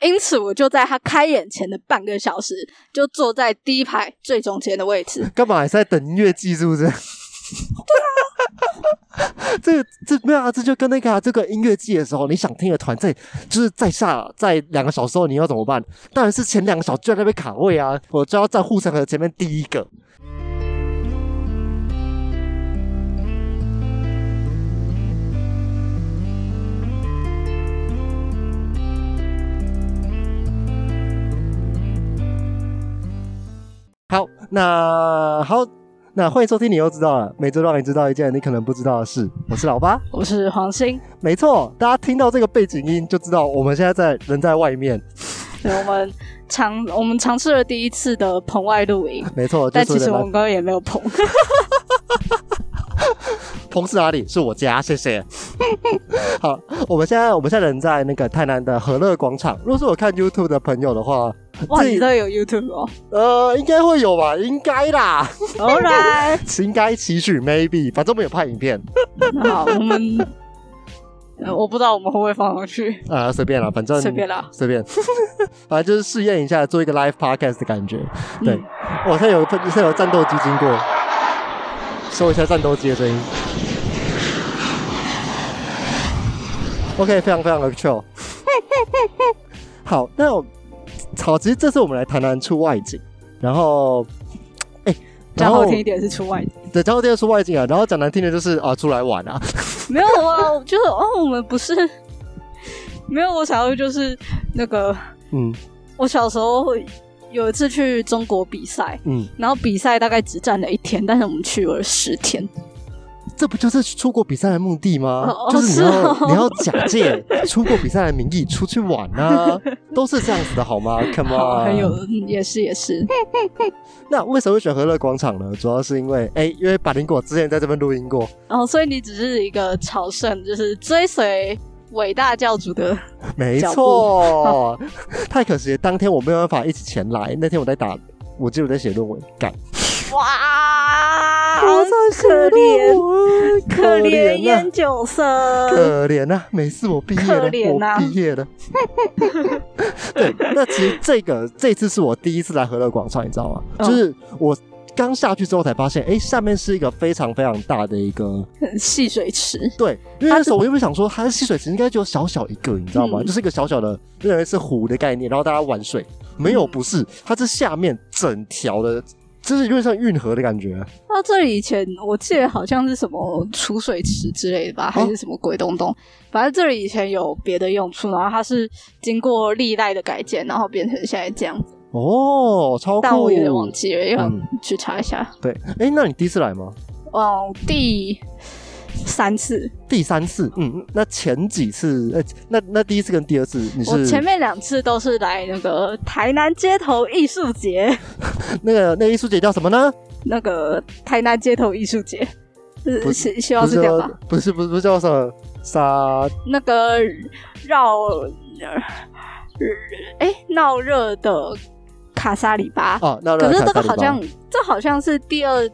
因此我就在他开演前的半个小时，就坐在第一排最中间的位置。干嘛还是在等音乐季是不是？ 这这没有啊，这就跟那个、啊、这个音乐季的时候，你想听的团在就是在下在两个小时后你要怎么办？当然是前两个小时就在那边卡位啊，我就要在护城河前面第一个。好，那好，那欢迎收听，你又知道了，每周让你知道一件你可能不知道的事。我是老八，我是黄鑫，没错，大家听到这个背景音就知道我们现在在人在外面，对我们尝我们尝试了第一次的棚外露营，没错。但就其实是在我们刚刚也没有 棚。棚是哪里？是我家，谢谢。好，我们现在我们现在人在那个台南的和乐广场。如果是我看 YouTube 的朋友的话，哇，这你都有 YouTube 哦呃，应该会有吧，应该啦， ，All right，应该期许 maybe，反正我们有拍影片，好，我们、呃我不知道我们会不会放上去，啊，随便啦，反正随便啦。随便， 反正就是试验一下，做一个 live podcast 的感觉。对，嗯我现在有现在有战斗机经过，收一下战斗机的声音。OK，非常非常的 chill。好，那我好，其实这次我们来谈谈出外景，然后，哎、然后听一点是出外景，对，然后电视出外景啊，然后讲难听的就是啊，出来玩啊，没有啊，我就是哦，我们不是 没有，我想要就是那个，嗯我小时候会有一次去中国比赛，嗯，然后比赛大概只站了一天，但是我们去了十天。这不就是出国比赛的目的吗？哦哦就是你要、是哦你要假借出国比赛的名义出去玩 啊，都是这样子的好吗？Come 好， on，很有，嗯也是也是，那为什么会选和乐广场呢？主要是因为，哎、因为百灵果之前在这边录音过，然后所以你只是一个朝圣，就是追随伟大教主的，没脚错， 太可惜了，当天我没有办法一起前来，那天我在打，我记得我在写论文，干，哇，我在可写论怜文，可怜啊呀、烟酒生，可怜啊！每次我毕业可了，怜啊我毕业了。 对，那其实这个这次是我第一次来和乐广场，你知道吗？嗯就是我刚下去之后才发现，哎、下面是一个非常非常大的一个很细水池，对，因为那时候我原本想说，它的戏水池应该只有小小一个，你知道吗？嗯就是一个小小的，认为是湖的概念，然后大家玩水。没有，不嗯是，它是下面整条的，就是有点像运河的感觉。到这里以前，我记得好像是什么储水池之类的吧，还是什么鬼东东。反正这里以前有别的用处，然后它是经过历代的改建，然后变成现在这样子。哦，超酷！但我有点忘记了，要嗯去查一下。对，哎、那你第一次来吗？哦，第三次，第三次，嗯，那前几次，呃，那那第一次跟第二次，你我是前面两次都是来那个台南街头艺术节，那个那个艺术节叫什么呢？那个台南街头艺术节，是不希希不望是是这样叫吧？不是不是不是叫什么啊啥？那个绕，呃哎，闹热的卡萨里巴。哦，那可是那这个卡萨里好巴像，这好像是第二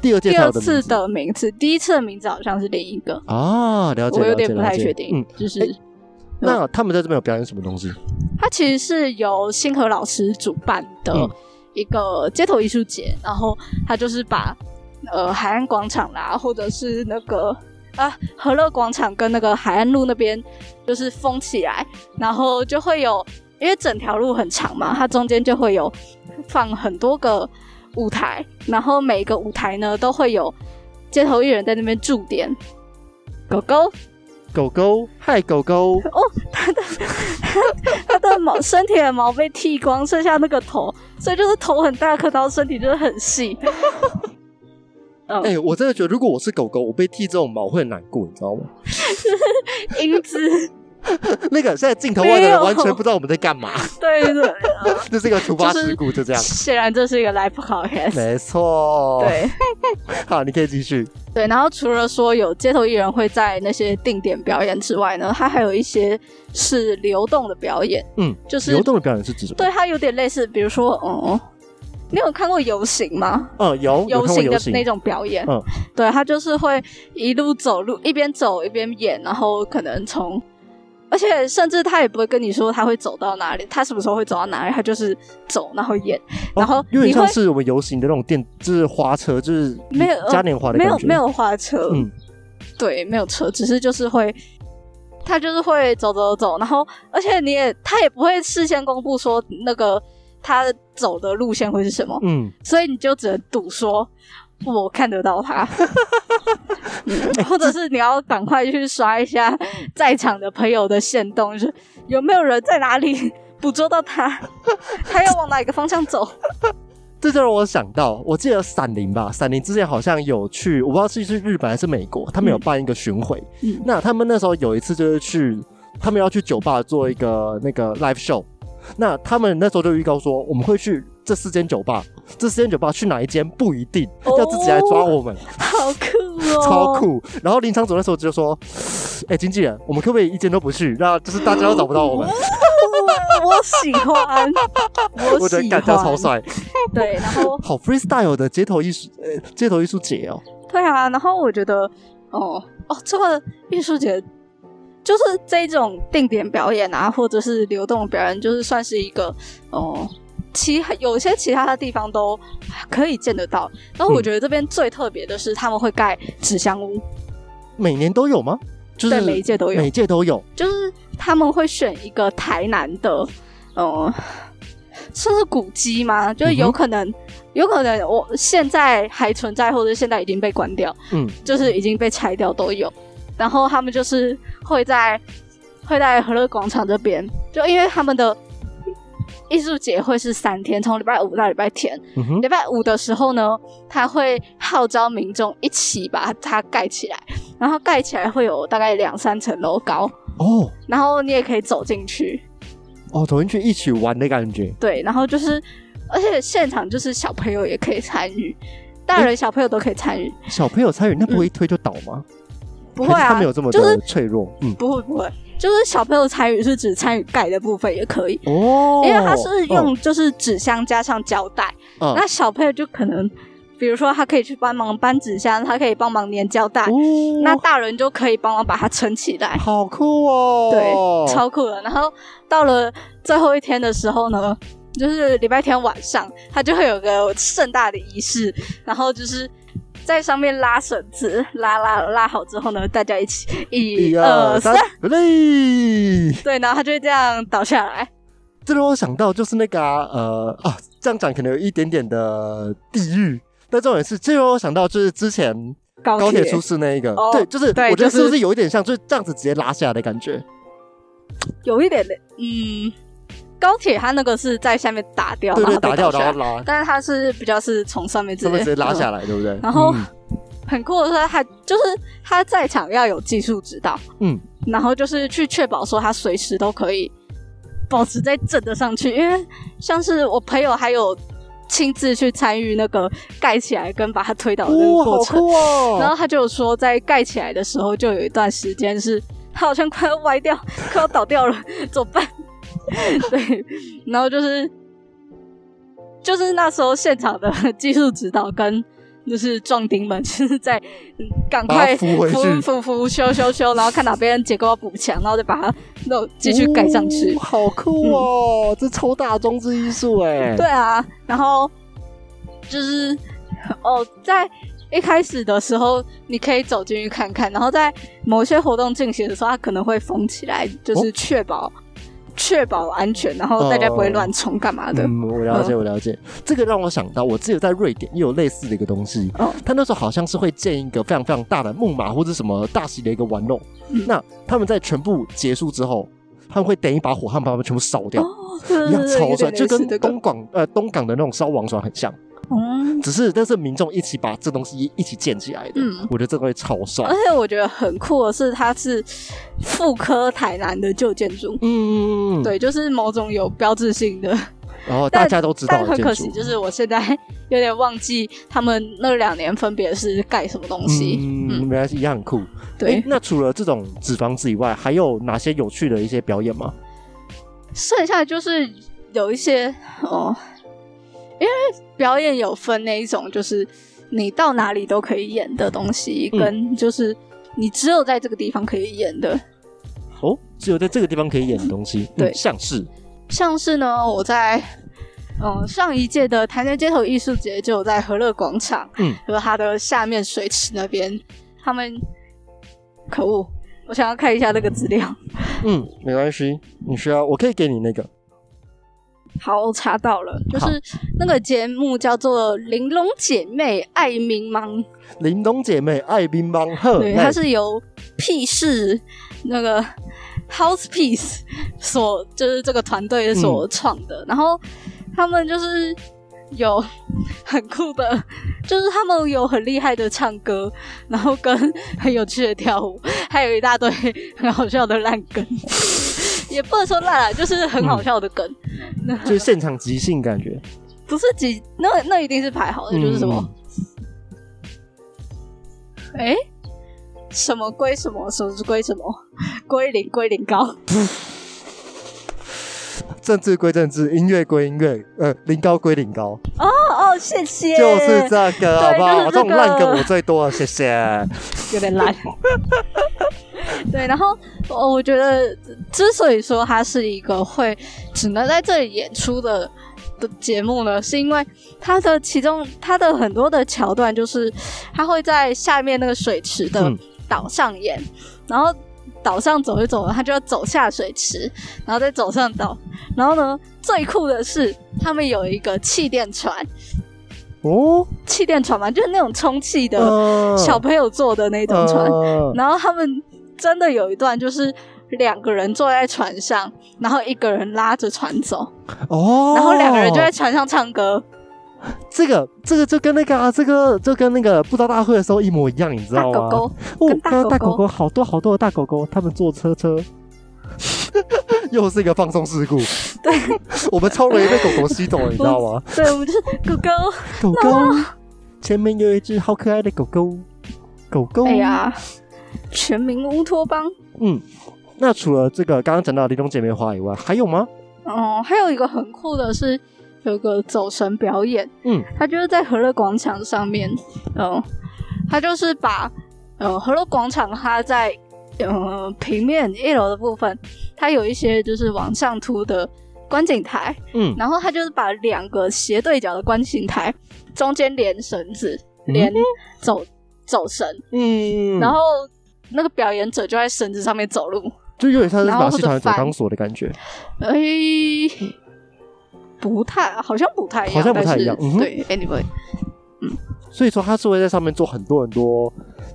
第二届第才二有名次字的名字，第一次的名字好像是另一个，啊，了解，我有了解点不了太解确定。嗯，就是、哎那他们在这边有表演什么东西？它其实是由星河老师主办的嗯一个街头艺术节，然后他就是把呃海岸广场啦，或者是那个啊和乐广场跟那个海岸路那边就是封起来，然后就会有，因为整条路很长嘛，它中间就会有放很多个舞台，然后每个舞台呢都会有街头艺人在那边驻点。狗狗，狗狗，嗨，狗狗，哦它的毛身体的毛被剃光，剩下那个头，所以就是头很大颗，然后身体就是很 细。哦哎、我真的觉得，如果我是狗狗，我被剃这种毛会很难过，你知道吗？ 英姿，那个现在镜头外的没人有完全不知道我们在干嘛， 对对，这是一个突发就是事故，就这 样。显然这是一个 live podcast。没错，，对好，你可以继续。对，然后除了说有街头艺人会在那些定点表演之外呢，它还有一些是流动的表演，嗯，就是流动的表演是指什么？对它有点类似，比如说，嗯，你有看过游行吗？嗯，有有游看过行游的行那种表演，嗯对他就是会一路走路一边走一边演，然后可能从而且甚至他也不会跟你说他会走到哪里，他什么时候会走到哪里，他就是走然后演，然后哦有点你会像是我们游行的那种电，就是花车，就是没有呃嘉年华的没感有觉，没有呃花车，嗯对，没有车，只是就是会，他就是会走走走，然后而且你也他也不会事先公布说那个他走的路线会是什么，嗯，所以你就只能赌说。我看得到他，嗯或者是你要赶快去刷一下在场的朋友的线动，就是有没有人在哪里捕捉到他，他要往哪一个方向走？这就让我想到，我记得《闪灵》吧，《闪灵》之前好像有去，我不知道是去日本还是美国，他们有办一个巡回。嗯那他们那时候有一次就是去，他们要去酒吧做一个那个 live show。那他们那时候就预告说，我们会去这四间酒吧，这四间酒吧去哪一间不一定，哦要自己来抓我们，好酷 哦，超！酷。然后林场主那时候就说， 哎、经纪人，我们可不可以一间都不去？那就是大家都找不到我 们，啊我喜欢，我我觉喜得欢，感觉超帅，对，然后好 freestyle 的街头艺术，呃，街头艺术节哦。对啊，然后我觉得，哦哦，这个艺术节就是这种定点表演啊，或者是流动表演，就是算是一个哦。其有些其他的地方都可以见得到，然后我嗯觉得这边最特别的是他们会盖纸箱屋，每年都有吗？就是对每一届都有每届都有。就是他们会选一个台南的，呃，算是古迹吗？就是有可能，有可能我现在还存在，或者现在已经被关掉，嗯，就是已经被拆掉都有。然后他们就是会在会在和乐广场这边，就因为他们的艺术节会是三天，从礼拜五到礼拜天。嗯哼，礼拜五的时候呢，他会号召民众一起把它盖起来，然后盖起来会有大概两三层楼高。哦然后你也可以走进去，哦，走进去一起玩的感觉，对，然后就是，而且现场就是小朋友也可以参与，大人小朋友都可以参与，小朋友参与，那不会一推就倒吗？不会还是啊，他们有这么就是的脆弱，嗯，不会不会，就是小朋友参与是指参与盖的部分也可以，哦，因为它是哦，用就是纸箱加上胶带，嗯那小朋友就可能，比如说他可以去帮忙搬纸箱，他可以帮忙粘胶带，哦那大人就可以帮忙把它撑起来，好酷哦，对，超酷的。然后到了最后一天的时候呢，就是礼拜天晚上，它就会有个盛大的仪式，然后就是在上面拉绳子，拉拉拉好之后呢，大家一起一一二二三呃三，，嘞！对，然后它就会这样倒下来。这让我想到就是那个啊，呃啊，这样讲可能有一点点的地狱，但重点是，这让我想到就是之前高高铁铁出事那一个，哦对，就是对我觉就得是是不是有一点像，就是这样子直接拉下来的感觉？有一点的，嗯，高铁它那个是在下面打掉，对对，哦然后被打掉倒下然来后拉，但是它是比较是从上面直他接们直接拉嗯下来，对不对？然后嗯很酷的是他，就是他在场要有技术指导，嗯，然后就是去确保说他随时都可以保持在正的上去，因为像是我朋友还有亲自去参与那个盖起来跟把它推倒的那个哇，好过程，酷然哦！后他就有说在盖起来的时候就有一段时间是。他好像快要歪掉， 快要倒掉了，怎么办？ 对，然后就是就是那时候现场的技术指导跟就是壮丁们，就是在嗯赶把它快扶回去扶扶扶修修修，然后看哪边结构要补强，然后再把它弄继续盖上去嗯哦。好酷哦！这超大装置艺术哎，对，啊，然后就是哦，在一开始的时候，你可以走进去看看，然后在某些活动进行的时候，它可能会封起来，就是哦确保、确保安全，然后大家不会乱冲干嘛的。嗯，我了解，我了解。这个让我想到，我记得在瑞典也有类似的一个东西，哦他那时候好像是会建一个非常非常大的木马或者什么大型的一个玩弄。嗯那他们在全部结束之后，他们会点一把火，他们把它们全部烧掉。哦，对对一样 对，超有帅，点就类跟似这个东。港呃东港的那种烧王船很像，嗯，只是但是民众一起把这东西一起建起来的，嗯我觉得这个会超帅而。且我觉得很酷的是，它是复刻台南的旧建筑，嗯，嗯，嗯嗯对，就是某种有标志性的。然后但大家都知道但的很可惜，建筑，就是我现在有点忘记他们那两年分别是盖什么东西。嗯，嗯，没关系，一样很酷。诶对，那除了这种纸房子以外，还有哪些有趣的一些表演吗？剩下就是有一些哦，因为表演有分那一种，就是你到哪里都可以演的东西，嗯跟就是你只有在这个地方可以演的。哦，只有在这个地方可以演的东西，嗯对像是像是呢，我在嗯上一届的台南街头艺术节就有在和乐广场，嗯，就是它的下面水池那边，他们可恶，我想要看一下那个资料。嗯，没关系，你需要，我可以给你那个，好，我查到了，就是那个节目叫做《玲珑姐妹爱迷茫》，玲珑姐妹爱冰棒呵，对，哦那它是由屁事那个 House Piece 所，就是这个团队所创的。然后他们就是有很酷的， 就是他们有很厉害的唱歌，然后跟很有趣的跳舞，还有一大堆很好笑的烂梗， 也不能说烂啊，就是很好笑的梗，就是现场即兴感觉，不是几那那一定是排好的，嗯就是什么嗯哎、诶什么归什么，什么是归什么， 归零归零高。哦嗯政治归政治，音乐归音乐，呃，零高归零高，哦，谢谢，就是这个，好不好？就是这个这种烂梗我最多了，谢谢。有点烂。 对，然后哦，我觉得之所以说它是一个会只能在这里演出的的节目呢，是因为它的其中它的很多的桥段，就是它会在下面那个水池的嗯岛上演，然后岛上走一走，它就要走下水池，然后再走上岛，然后呢，最酷的是他们有一个气垫船，哦，气垫船嘛，就是那种充气的。呃小朋友坐的那种船，呃然后他们真的有一段就是两个人坐在船上，然后一个人拉着船走，哦，然后两个人就在船上唱歌，这个这个就跟那个啊，这个就跟那个布道大会的时候一模一样，你知大道吗？狗狗，哦，跟大看到大狗狗狗狗好多好多的大狗狗，他们坐车车， 又是一个放松事故。 对， 我们超容易被狗狗吸走了，你知道吗？对，我们就是狗狗，狗狗，前面有一只好可爱的狗狗，狗狗。哎呀，全民乌托邦。嗯，那除了这个刚刚讲到的《玲珑姐妹花》以外，还有吗？哦、还有一个很酷的是，有个走神表演，嗯，他就是在和乐广场上面，嗯、他就是把呃和乐广场它在呃平面一楼的部分，它有一些就是往上凸的观景台，嗯然后他就是把两个斜对角的观景台中间连绳子，嗯连走、走绳，嗯，然后那个表演者就在绳子上面走路，就有点像是然后马或戏者团走翻钢索的感觉。哎、不太，好像不太一样，好像不太一样但嗯是哼对，anyway，所以说，它是会在上面做很多很多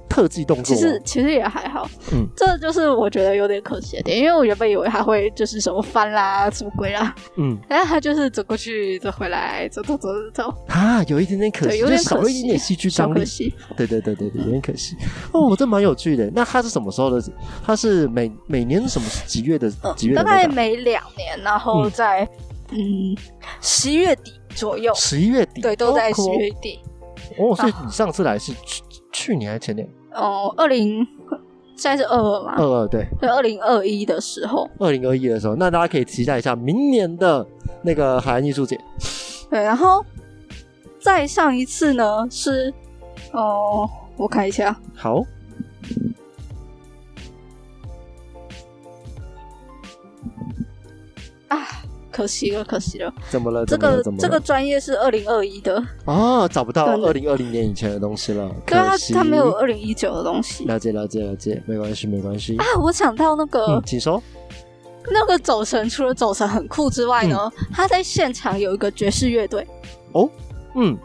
特技动作其吗。实其实也还好，嗯这就是我觉得有点可惜的点，因为我原本以为他会就是什么翻啦、什么鬼啦， 嗯但是他就是走过去、走回来、走走走走走，啊，有一点点可惜，对有点就少可了惜一点点戏剧小张力可。惜。对对对对对，有点可惜。哦，这蛮有趣的。那它是什么时候的？它是每每年什么几月的？几月的大那个啊？概每两年，然后嗯在嗯十一月底左右，十一月底。对，都在哦十酷哦月底。哦，所以你上次来是去去年还是前年？哦，二零现在是二二二嘛，二对，对，二零二一的时候，二零二一的时候。那大家可以期待一下明年的那个海岸艺术节。对，然后再上一次呢是哦，我看一下，好，可惜了，可惜了。怎么了？这怎么了个怎么了这个专业是二零二一的，哦，找不到二对零二零年以前的东西了。对啊，可惜他没有二零一九的东西啊。啊了解了解了解，没关系没关系。我想到那个、嗯，请说。那个走神，除了走神很酷之外呢，他在现场有一个爵士乐队。嗯，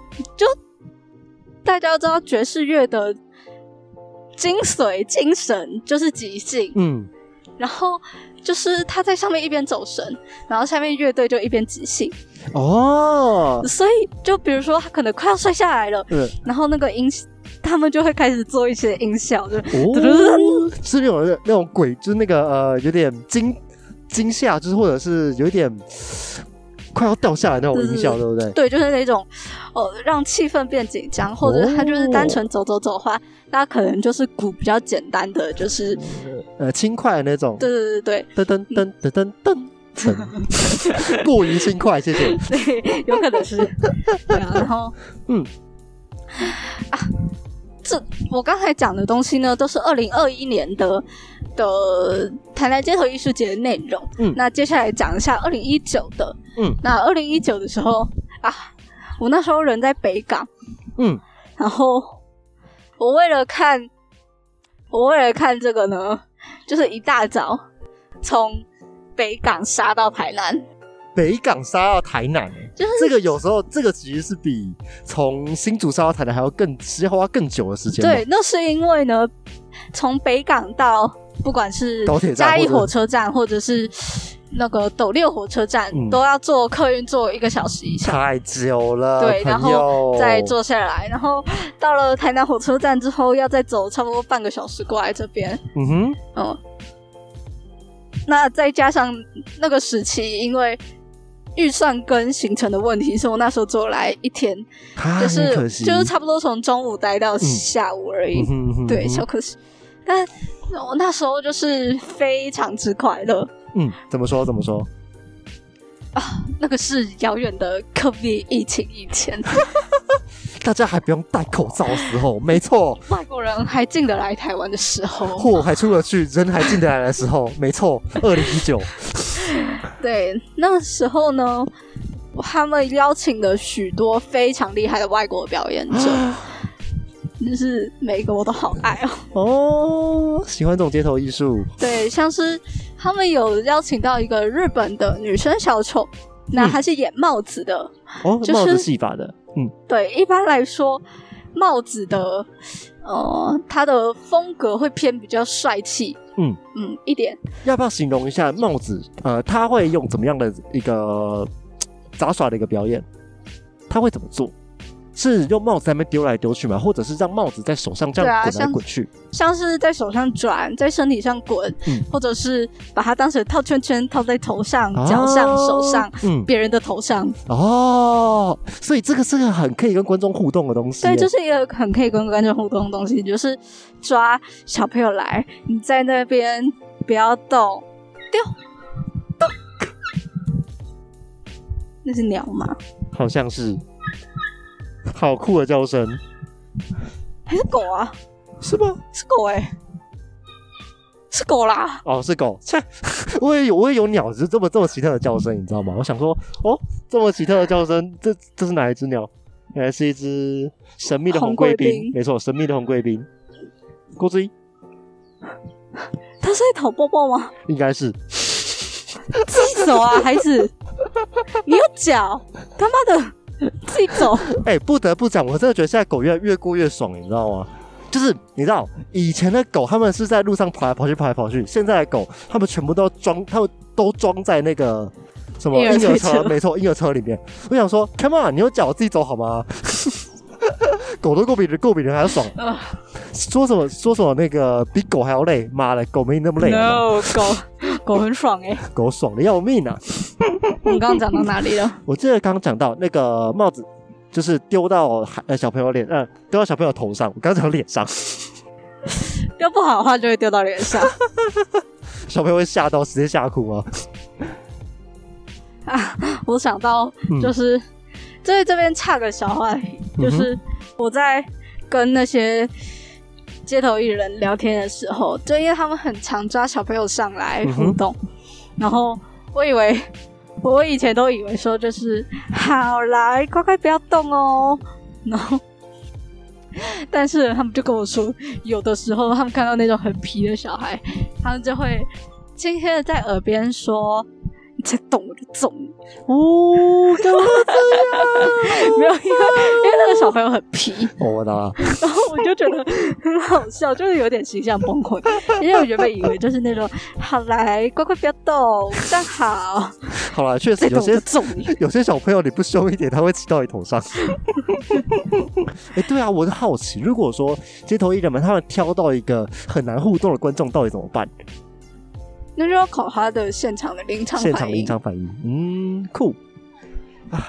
大家都知道爵士乐的精髓精神就是即兴，嗯，然后就是他在上面一边走神，然后下面乐队就一边即兴。哦，所以就比如说他可能快要摔下来了，对，然后那个音他们就会开始做一些音效，就哦，是那种那种鬼，就是那个呃，有点惊惊吓，就是或者是有一点快要掉下来那种音效，嗯对不对？对，就是那种哦，让气氛变紧张，或者他就是单纯走走走的话，大家可能就是鼓比较简单的，就是呃，轻快的那种，对对对噔噔噔噔噔噔噔，过于轻快，谢谢。对对，有可能 是对啊，然后嗯啊，这我刚才讲的东西呢，都是二零二一年的的台南街头艺术节的内容。嗯那接下来讲一下二零一九的。嗯，那二零一九的时候啊，我那时候人在北港，嗯，然后我为了看，我为了看这个呢，就是一大早从北港杀到台南，北港杀到台南、就是这个有时候这个其实是比从新竹杀到台南还要更需要花更久的时间。对，，那是因为呢，从北港到不管是高铁站嘉义或者火车站，或者是那个斗六火车站，嗯都要坐客运坐一个小时以上，太久了，对然后朋友再坐下来，然后到了台南火车站之后，要再走差不多半个小时过来这边，嗯哼，嗯。那再加上那个时期，因为预算跟行程的问题，所以我那时候只有来一天，啊就很是可惜，就是差不多从中午待到下午而已。嗯哼嗯哼对，嗯小哼可惜。但我那时候就是非常之快乐，嗯，怎么说怎么说？那个是遥远的 COVID 疫情以前，大家还不用戴口罩的时候，没错，外国人还进得来台湾的时 候。货还出得去，人还进得来的时候，没错，二零一 九，对，那时候呢，他们邀请了许多非常厉害的外国表演者， 就是每个我都好爱哦。哦，喜欢这种街头艺术，对，像是他们有邀请到一个日本的女生小丑，那嗯她是演帽子的，哦，就是帽子戏法的，嗯，对，一般来说，帽子的呃，它的风格会偏比较帅气，嗯嗯一点。要不要形容一下帽子？呃，他会用怎么样的一个嘖杂耍的一个表演？他会怎么做？是用帽子在那边丢来丢去吗？或者是让帽子在手上这对啊样滚来像滚去？像是在手上转，在身体上滚，嗯或者是把它当成套圈圈套在头上、啊嗯脚上、手上、嗯，别人的头上，哦，所以这个是个很可以跟观众互动的东西耶。对，就是一个很可以跟观众互动的东西，就是抓小朋友来，你在那边不要动，丢，动，那是鸟吗？好像是好酷的叫声，还是狗啊？是吗？是狗哎、是狗啦。哦，是狗。切， 我也有，我也有鸟，是这么这么奇特的叫声，你知道吗？我想说，哦，这么奇特的叫声，这这是哪一只鸟？原来是一只神秘的红啊红贵贵宾，宾没错，神秘的红贵宾。郭之一它是在讨抱抱吗？应该是自己走啊，孩子，你有脚，他妈的，自己走。哎、不得不讲，我真的觉得现在狗越越过越爽，你知道吗？就是你知道以前的狗，它们是在路上跑来跑去，跑来跑去；现在的狗，它们全部都装，它们都装在那个什么婴儿婴儿推车，车没错，婴儿车里面。我想说，Come on，你有脚自己走好吗？ 狗都够比人够比人还要爽啊，说什么说什么那个比狗还要累，妈的，狗没你那么累啊好吗，狗狗很爽哎、狗爽的要命啊！我们刚刚讲到哪里 了？我记得刚刚讲到那个帽子，就是丢到孩呃小朋友脸，呃丢到小朋友头上，我刚刚讲脸上，要不好的话就会丢到脸上小朋友会吓到直接吓哭吗？啊。我想到嗯就是，在这边岔个小话题，嗯哼就是我在跟那些。街头艺人聊天的时候，就因为他们很常抓小朋友上来嗯哼互动，然后我以为我以前都以为说就是好来，乖乖不要动哦， 然后。但是他们就跟我说，有的时候他们看到那种很皮的小孩，他们就会轻轻的在耳边说：“你再动我就揍你。哦，干嘛这样？ 没有，因为因为那个小朋友很皮，哦，我的啊，然后我就觉得很好笑，就是有点形象崩溃。因为我原本以为就是那种好来，乖乖不要动，这样好， 好了，确实再动有我就些 揍你。有些小朋友你不凶一点，他会骑到你头上。哎、对啊，我就好奇，如果说街头艺人们他们挑到一个很难互动的观众，到底怎么办？那就要考他的现场的临场现反场临应。场反应，嗯，酷啊，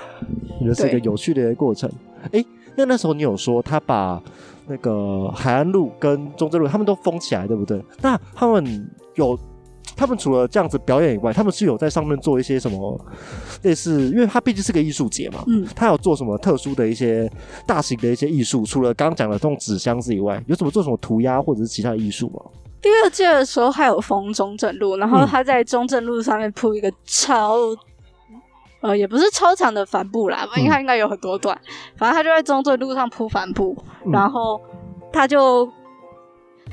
这是一个对有趣的过程。哎、那那时候你有说他把那个海岸路跟中正路他们都封起来，对不对？那他们有，他们除了这样子表演以外，他们是有在上面做一些什么类似，因为它毕竟是个艺术节嘛。嗯，他有做什么特殊的一些大型的一些艺术？除了刚刚讲的这种纸箱子以外，有什么做什么涂鸦或者是其他的艺术吗？第二届的时候还有封中正路，然嗯后他在中正路上面铺一个超，呃，也不是超长的帆布啦，因为他应该有很多段，反正他就在中正路上铺帆布，嗯然后他就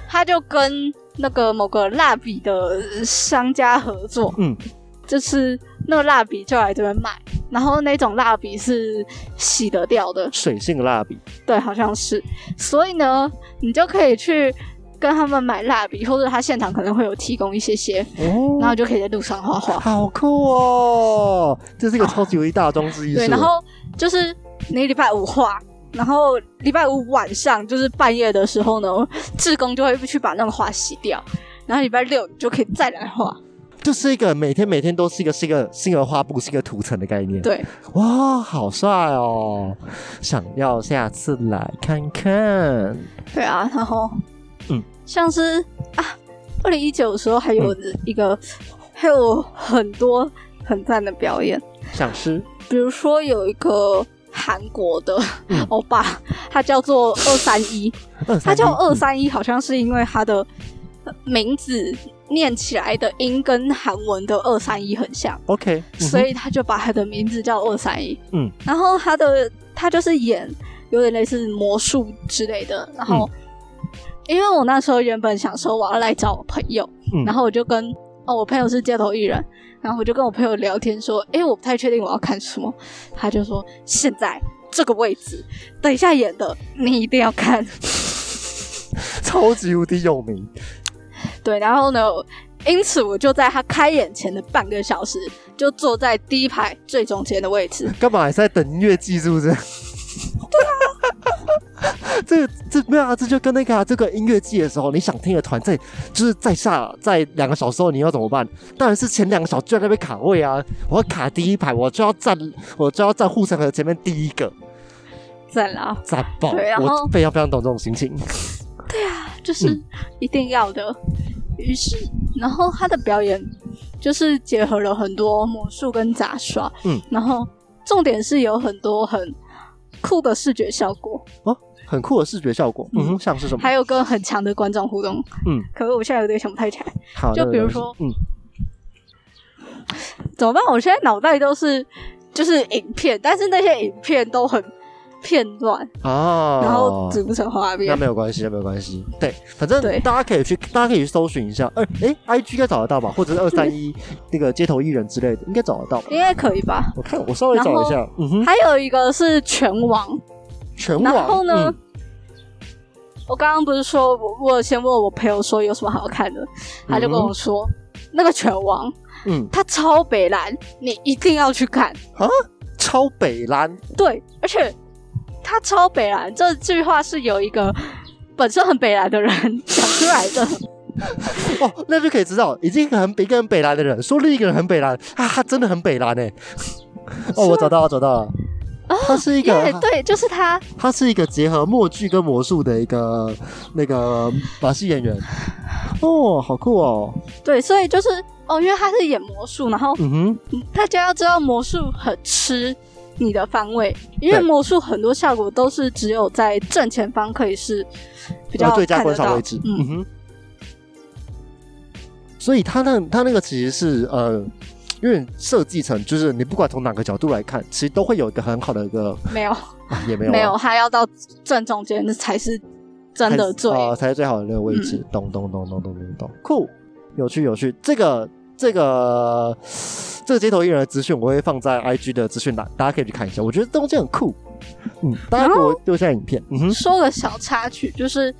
他就跟那个某个蜡笔的商家合作，嗯，就是那个蜡笔就来这边卖，然后那种蜡笔是洗得掉的，水性蜡笔，对，好像是。所以呢，你就可以去跟他们买蜡笔，或者他现场可能会有提供一些些，然后哦，你就可以在路上画画。好酷哦！这是一个超级伟大的装置艺术。对，然后就是你礼拜五画，然后礼拜五晚上就是半夜的时候呢，志工就会去把那个画洗掉，然后礼拜六你就可以再来画。就是一个每天每天都是一个是一个新的画布，是一个图层的概念。对，哇，好帅哦！想要下次来看看。对啊，然后嗯，像是啊，二零一九的时候还有一个，还有很多很赞的表演。想吃比如说有一个韩国的欧巴，他叫做二三一，嗯他二三一嗯叫二三一，好像是因为他的呃名字念起来的音跟韩文的二三一很像， OK，嗯哼所以他就把他的名字叫二三一。嗯，然后他的他就是演有点类似魔术之类的，然后。嗯因为我那时候原本想说我要来找我朋友，嗯然后我就跟哦，我朋友是街头艺人，然后我就跟我朋友聊天说，诶，我不太确定我要看什么，他就说现在这个位置，等一下演的你一定要看，超级无敌有名，对，然后呢，因此我就在他开演前的半个小时，就坐在第一排最中间的位置，干嘛还是在等音乐季是不是？对啊， 这这没有啊，这就跟那个、啊、这个音乐季的时候，你想听的团在就是在下在两个小时后你要怎么办？当然是前两个小时就在那边卡位啊，我要卡第一排，我就要站我就要站护城河前面第一个，赞啦，赞爆！对然后我非常非常懂这种心情。就是嗯一定要的。于是，然后他的表演就是结合了很多魔术跟杂耍，嗯，然后重点是有很多很酷的视觉效果，哦，很酷的视觉效果，嗯哼，像是什么？还有跟很强的观众互动。嗯，可是我现在有点想不太起来，好，就那比如东西说嗯，怎么办？我现在脑袋都是就是影片，但是那些影片都很片段，哦，然后组不成画面那。没有关系，那没有关系。对，反正对大家可以去，大家可以去搜寻一下。二哎，IG 应该找得到吧？或者是二 三一那个街头艺人之类的，应该找得到吧。应该可以吧？我看我稍微找一下，嗯哼，还有一个是拳王，全网。然后呢，嗯我刚刚不是说我我有先问我朋友说有什么好看的，他就跟我说、那个拳王嗯他超北蓝，你一定要去看。啊，超北蓝，对，而且他超北蓝这句话是有一个本身很北蓝的人讲出来的。哦，那就可以知道，已经很一个很北蓝的人说另一个人很北蓝，啊，他真的很北蓝哎。 哦，我找到了，找到了。他 是一哦耶、个，对，就是他，他是一个结合默剧跟魔术的一个那个马戏演员。哦，好酷哦。对，所以就是哦，因为他是演魔术，然后嗯哼，大家要知道魔术很吃你的方位，因为对魔术很多效果都是只有在正前方可以是比较要最佳看得呃观赏到位置。嗯嗯，哼。所以它那它那个其实是呃，因为设计成就是你不管从哪个角度来看，其实都会有一个很好的一个没有啊也没有啊没有，他要到正中间才是真才的嗯是最啊才是最好的那个位置。咚咚咚咚咚咚咚，酷，有趣有趣。这个这个这个街头艺人的资讯我会放在 IG 的资讯栏，大家可以去看一下。我觉得东西很酷，嗯，大家给我丢下影片，嗯哼，说个小插曲，就是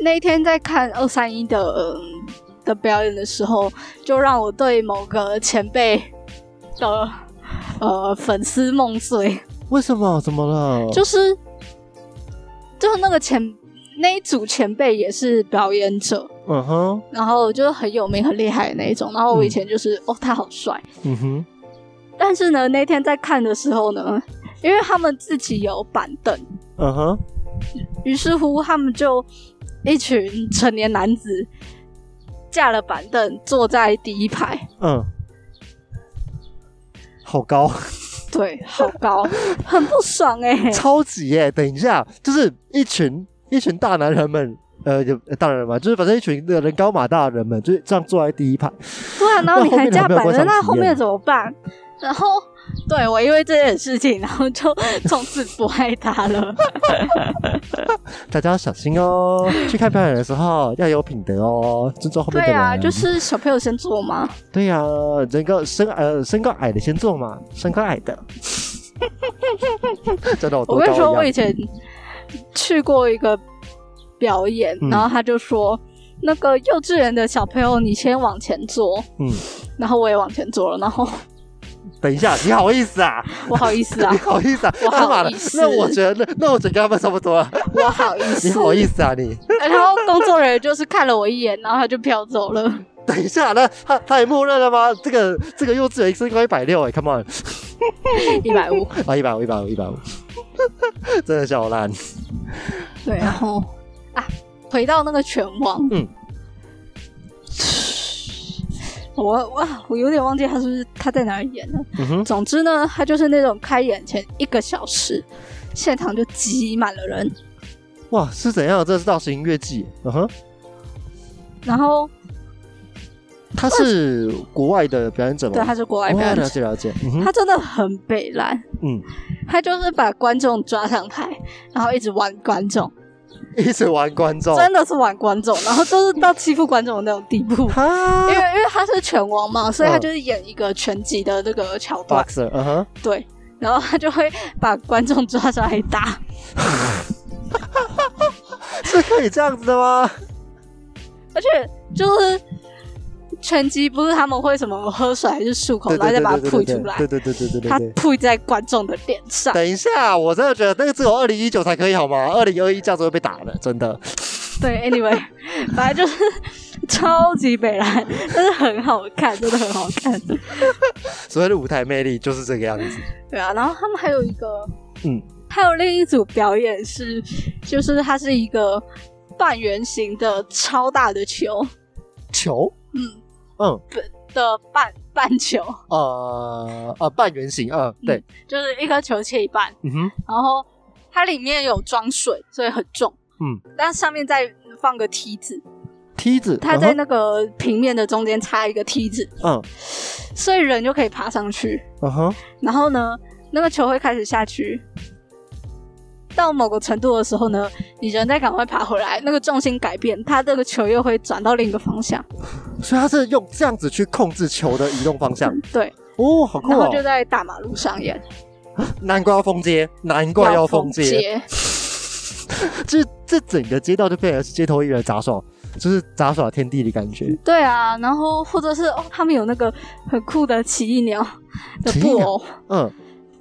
那一天在看二三一的、嗯的表演的时候，就让我对某个前辈的呃粉丝梦碎，为什么？怎么了？就是就是那个前那一组前辈也是表演者，嗯哼，然后就是很有名很厉害的那一种，然后我以前就是、哦他好帅，嗯哼，但是呢那天在看的时候呢，因为他们自己有板凳。嗯哼，于是乎，他们就一群成年男子架了板凳，坐在第一排，嗯，好高，对，好高，很不爽哎、 超级耶、等一下，就是一群一群大男人们呃，也呃当然了嘛，就是反正一群那个人高马大的人们，就是这样坐在第一排，对啊，然后你那后面还有加没有板观了，赏那体后面验怎么办？然后对我因为这件事情，然后就从此不爱他了。大家要小心哦。去看表演的时候要有品德哦，尊重后 面对的人。啊，就是小朋友先做嘛。对呀、人高身呃身高矮的先做嘛，身高矮的。 真的我我多跟你说，高我一以样？前去过一个表演，嗯然后他就说，那个幼稚园的小朋友，你先往前坐。嗯，然后我也往前坐了，然后等一下，你好意思啊？不好意思啊 你， 好意思啊？我好他妈的意，那思我觉得那那我觉得跟他们差不多啊。 不好意思你。好意思啊你？然后工作人员就是看了我一眼，然后他就飘走 了。 等一下，那他他也默认了吗？这个这个幼稚园身高一百六哎，Come on 一百五，啊，一百五一百五一百五， 真的笑烂。对，然后啊，回到那个拳王，嗯，我哇，我有点忘记他是不是他在哪儿演了。嗯哼，总之呢，他就是那种开演前一个小时，现场就挤满了人，哇，是怎样？这是大型音乐季，嗯哼，然后他是国外的表演者吗？对，他是国外表哦，演了者，解了解，嗯哼，他真的很北蓝，嗯，他就是把观众抓上台，然后一直玩观众，一直玩观众，。真的是玩观众，然后就是到欺负观众的那种地步 哈因为因为他是拳王嘛，所以他嗯就是演一个拳击的那个桥段， boxer，嗯哼，对，然后他就会把观众抓上来打。是可以这样子的吗？ 而且就是拳击不是他们会什么喝水还是漱口，对然对后再把它对吐对对出对来，对对对对对对他对。吐在观众的脸上。等一下，我真的觉得那个只有二零一九才可以好吗？二零二一这样子会被打的，真的。对，anyway，反正就是超级美兰，但是很好看，真的很好看。所谓的舞台魅力就是这个样子。对啊，然后他们还有一个，嗯，还有另一组表演是，就是它是一个半圆形的超大的球球，嗯嗯，的半半球，呃呃，半圆形，嗯，对，就是一颗球切一半，嗯哼，然后它里面有装水，所以很重。嗯，但上面再放个梯子，梯子，嗯它在那个平面的中间插一个梯子，嗯哼，所以人就可以爬上去。嗯嗯哼，然后呢，那个球会开始下去。到某个程度的时候呢，你人再赶快爬回来，那个重心改变，它这个球又会转到另一个方向，所以他是用这样子去控制球的移动方向。对，哦，好酷嗯然哦后！就在大马路上演，难怪要封街，难怪要封街，街，这这整个街道就变成是街头艺人杂耍，就是杂耍天地的感觉。对啊，然后或者是哦，他们有那个很酷的奇异鸟的奇异布鸟偶，嗯，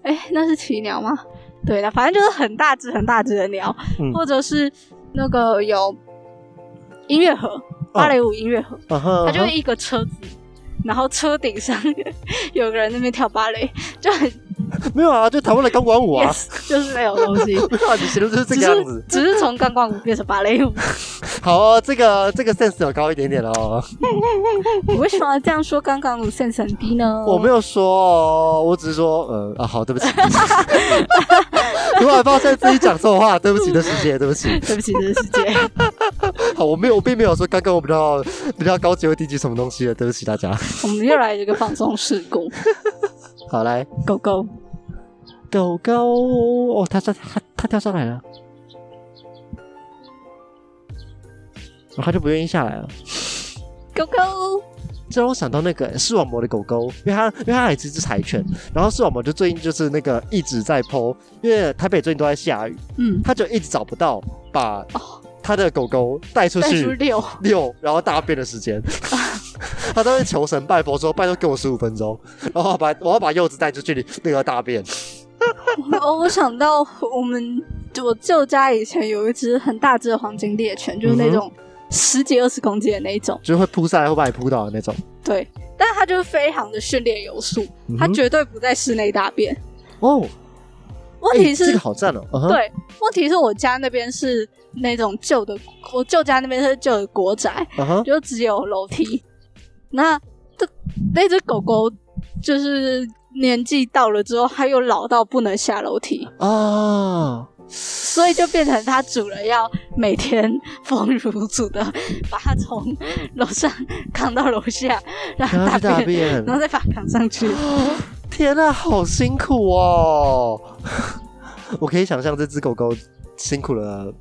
哎、那是奇鸟吗？对的，反正就是很大只、很大只的鸟，嗯或者是那个有音乐盒，芭蕾舞音乐盒，哦嗯哼，它就嗯是一个车子，然后车顶上有个人在那边跳芭蕾，就很、哼没有啊，就台湾的钢管舞 啊，yes，就是那种东西，没有啊，你形容就是这只个样是子。只是从钢管舞变成芭蕾舞。好哦，这个这个 sense 有高一点点哦。 你为什么要这样说钢管舞 sense 很低呢？我没有说哦，我只是说，呃啊，好，对不起， 突然发现自己讲错话，对不起，的世界，对不起。 对不起，这个世界。好，我没有，我并没有说刚刚我比较比较高级或低级什么东西的，对不起大家。我们又来一个放松事故，好，来， 狗狗。狗狗，哦，它上它它跳上来了，然后哦它就不愿意下来了。狗狗，这让我想到那个视网膜的狗狗，因为它因为它还是一只柴犬，然后视网膜就最近就是那个一直在剖，因为台北最近都在下雨，嗯，它就一直找不到把它的狗狗带出袋鼠去六，遛，然后大便的时间， 它都会求神拜佛说拜托给我十五分钟，然后把我要把柚子带出去那个大便，哦，我想到我们我舅家以前有一只很大只的黄金猎犬，就是嗯那种十几二十公斤的那一种，就会扑上来会把你扑倒的那种。对，但是它就是非常的训练有素，嗯它哼绝对不在室内大便。哦，问哎题是，这个好赞哦，嗯哼，对，问题是我家那边是那种旧的，我舅家那边是旧的国宅，嗯哼，就只有楼梯。那这那只狗狗就是年纪到了之后，它又老到不能下楼梯，啊，所以就变成他主人要每天风如煮的把它从楼上扛到楼下，让然后它去大大便，便，然后再把它扛上去。天啊，好辛苦哦！ 我可以想象这只狗狗辛苦了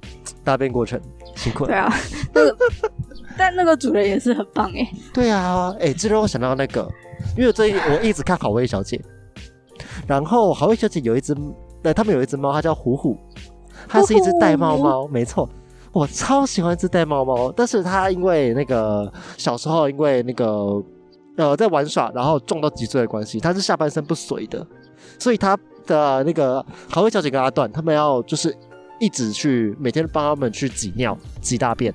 大便过程，辛苦对了。啊，那个 但那个主人也是很棒哎、对啊，哎、这让我想到那个，因为最近我一直看好味小姐，然后好味小姐有一只，对，他们有一只猫，它叫虎虎，它是一只玳瑁猫，没错。我超喜欢这只玳瑁猫，但是它因为那个小时候因为那个呃在玩耍，然后撞到脊椎的关系，它是下半身不遂的，所以它的那个好味小姐跟阿段他们要就是一直去每天帮他们去挤尿、挤大便。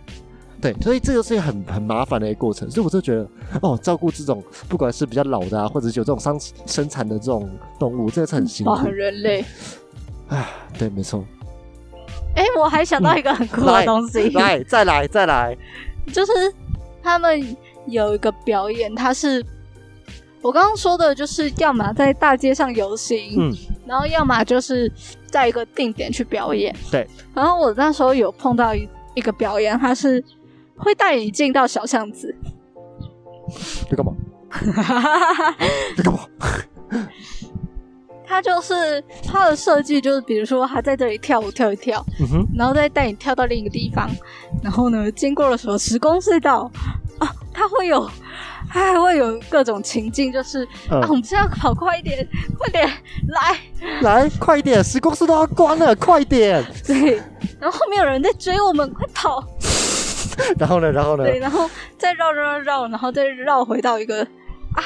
对，所以这就是一个很很麻烦的一个过程，所以我就觉得，哦，照顾这种不管是比较老的啊，或者是有这种伤生产的这种动物，真的是很辛苦包。含人类。唉，对，没错。哎、我还想到一个很酷来的东西，来，再来，再来。就是他们有一个表演，它是我刚刚说的，就是要么在大街上游行，嗯然后要么就是在一个定点去表演。对。然后我那时候有碰到一一个表演，它是会带你进到小巷 子，在干嘛？在干嘛？它就是它的设计就是，比如说它在这里跳舞跳一跳，嗯哼，然后再带你跳到另一个地方，然后呢，经过了什么时光隧道啊，它会有，它还会有各种情境，就是、啊，我嗯，们现在要跑快一点，快点来，来，快点，时光隧道要关了，快点。对，然后后面有人在追我们，快跑，然后呢，然后呢？对，然后再绕绕绕绕，然后再绕回到一个啊，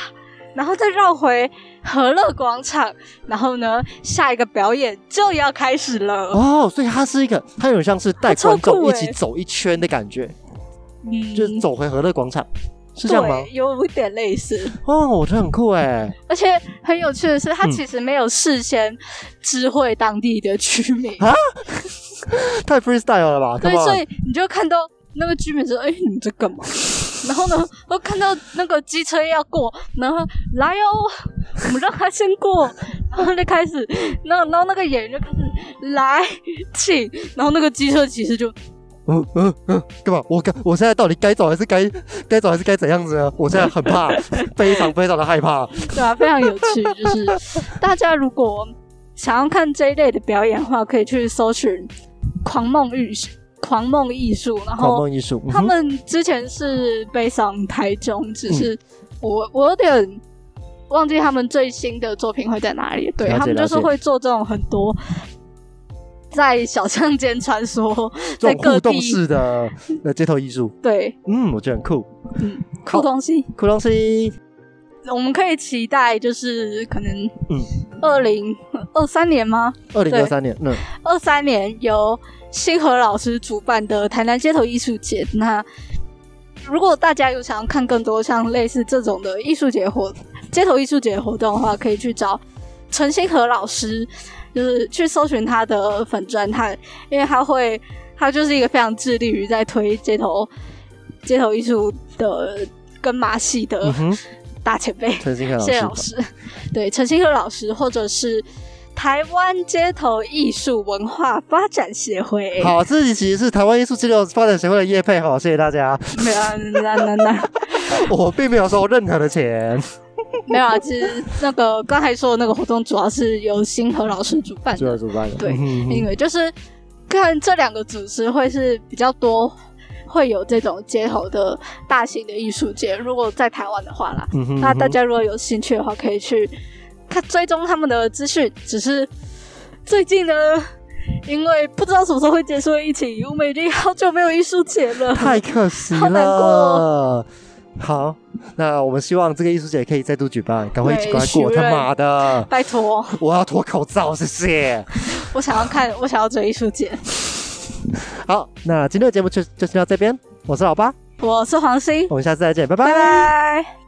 然后再绕回和乐广场，然后呢，下一个表演就要开始了，哦，所以它是一个，它有点像是带超观众酷一欸起走一圈的感觉，嗯，就是走回和乐广场，是这样吗对，？有一点类似，哦，我觉得很酷哎。而且很有趣的是，他嗯其实没有事先知会当地的居民，啊太 freestyle 了吧？对， Come on 所以你就看到那个居民说：“哎、你们在干嘛？” 然后呢，我看到那个机车要过，然后来哦，我们让他先过，然后就开始，然后然后那个演员就开始来，请，然后那个机车骑士就嗯嗯嗯，干嘛？我该我现在到底该走还是该该走还是该怎样子呢？我现在 很怕，非常非常的害怕。对啊，非常有趣。就是大家如果想要看这一类的表演的话，可以去搜寻“狂梦艺术”。狂梦艺术，然狂后梦艺术，嗯他哼们之前是悲伤台中，只嗯是我我有点忘记他们最新的作品会在哪里。对了解他们就是了解会做这种很多在小巷间穿梭，这在种互各动地式的呃街头艺术，对嗯，我觉得很酷，酷东西。酷东西。我们可以期待，就是可能嗯二零二三年吗？二零二三年，嗯，二三年由星河老师主办的台南街头艺术节。那如果大家有想要看更多像类似这种的艺术节活、街头艺术节活动的话，可以去找陈星河老师，就是去搜寻他的粉专，他因为他会，他就是一个非常致力于在推街头街头艺术的跟马戏的嗯哼，大前辈。陈星汉呃谢谢老老师，师，对陈星河老师，或者是台湾街头艺术文化发展协会。，好，这一集是台湾艺术交流发展协会的叶配，好，谢谢大家。没有啊那那那我并没有收任何的钱，没有啊，其实那个刚才说的那个活动，主要是由星河老师主办主要的，主办的， 对啊嗯因哼为就是看这两个组织会是比较多。会有这种街头的大型的艺术节，如果在台湾的话啦，嗯哼那大家如果有兴趣的话，可以去看追踪他们的资讯。只是最近呢，因为不知道什么时候会结束的疫情，我们已经好久没有艺术节了。太可惜好难过了。好，那我们希望这个艺术节可以再度举办，赶快对赶快过许他愿妈的！ 拜托， 我要脱口罩，谢谢。我想要看，我想要追艺术节。好，那今天的节目就就先到这边，我是老八，我是黄鑫，我们下次再见，拜拜拜。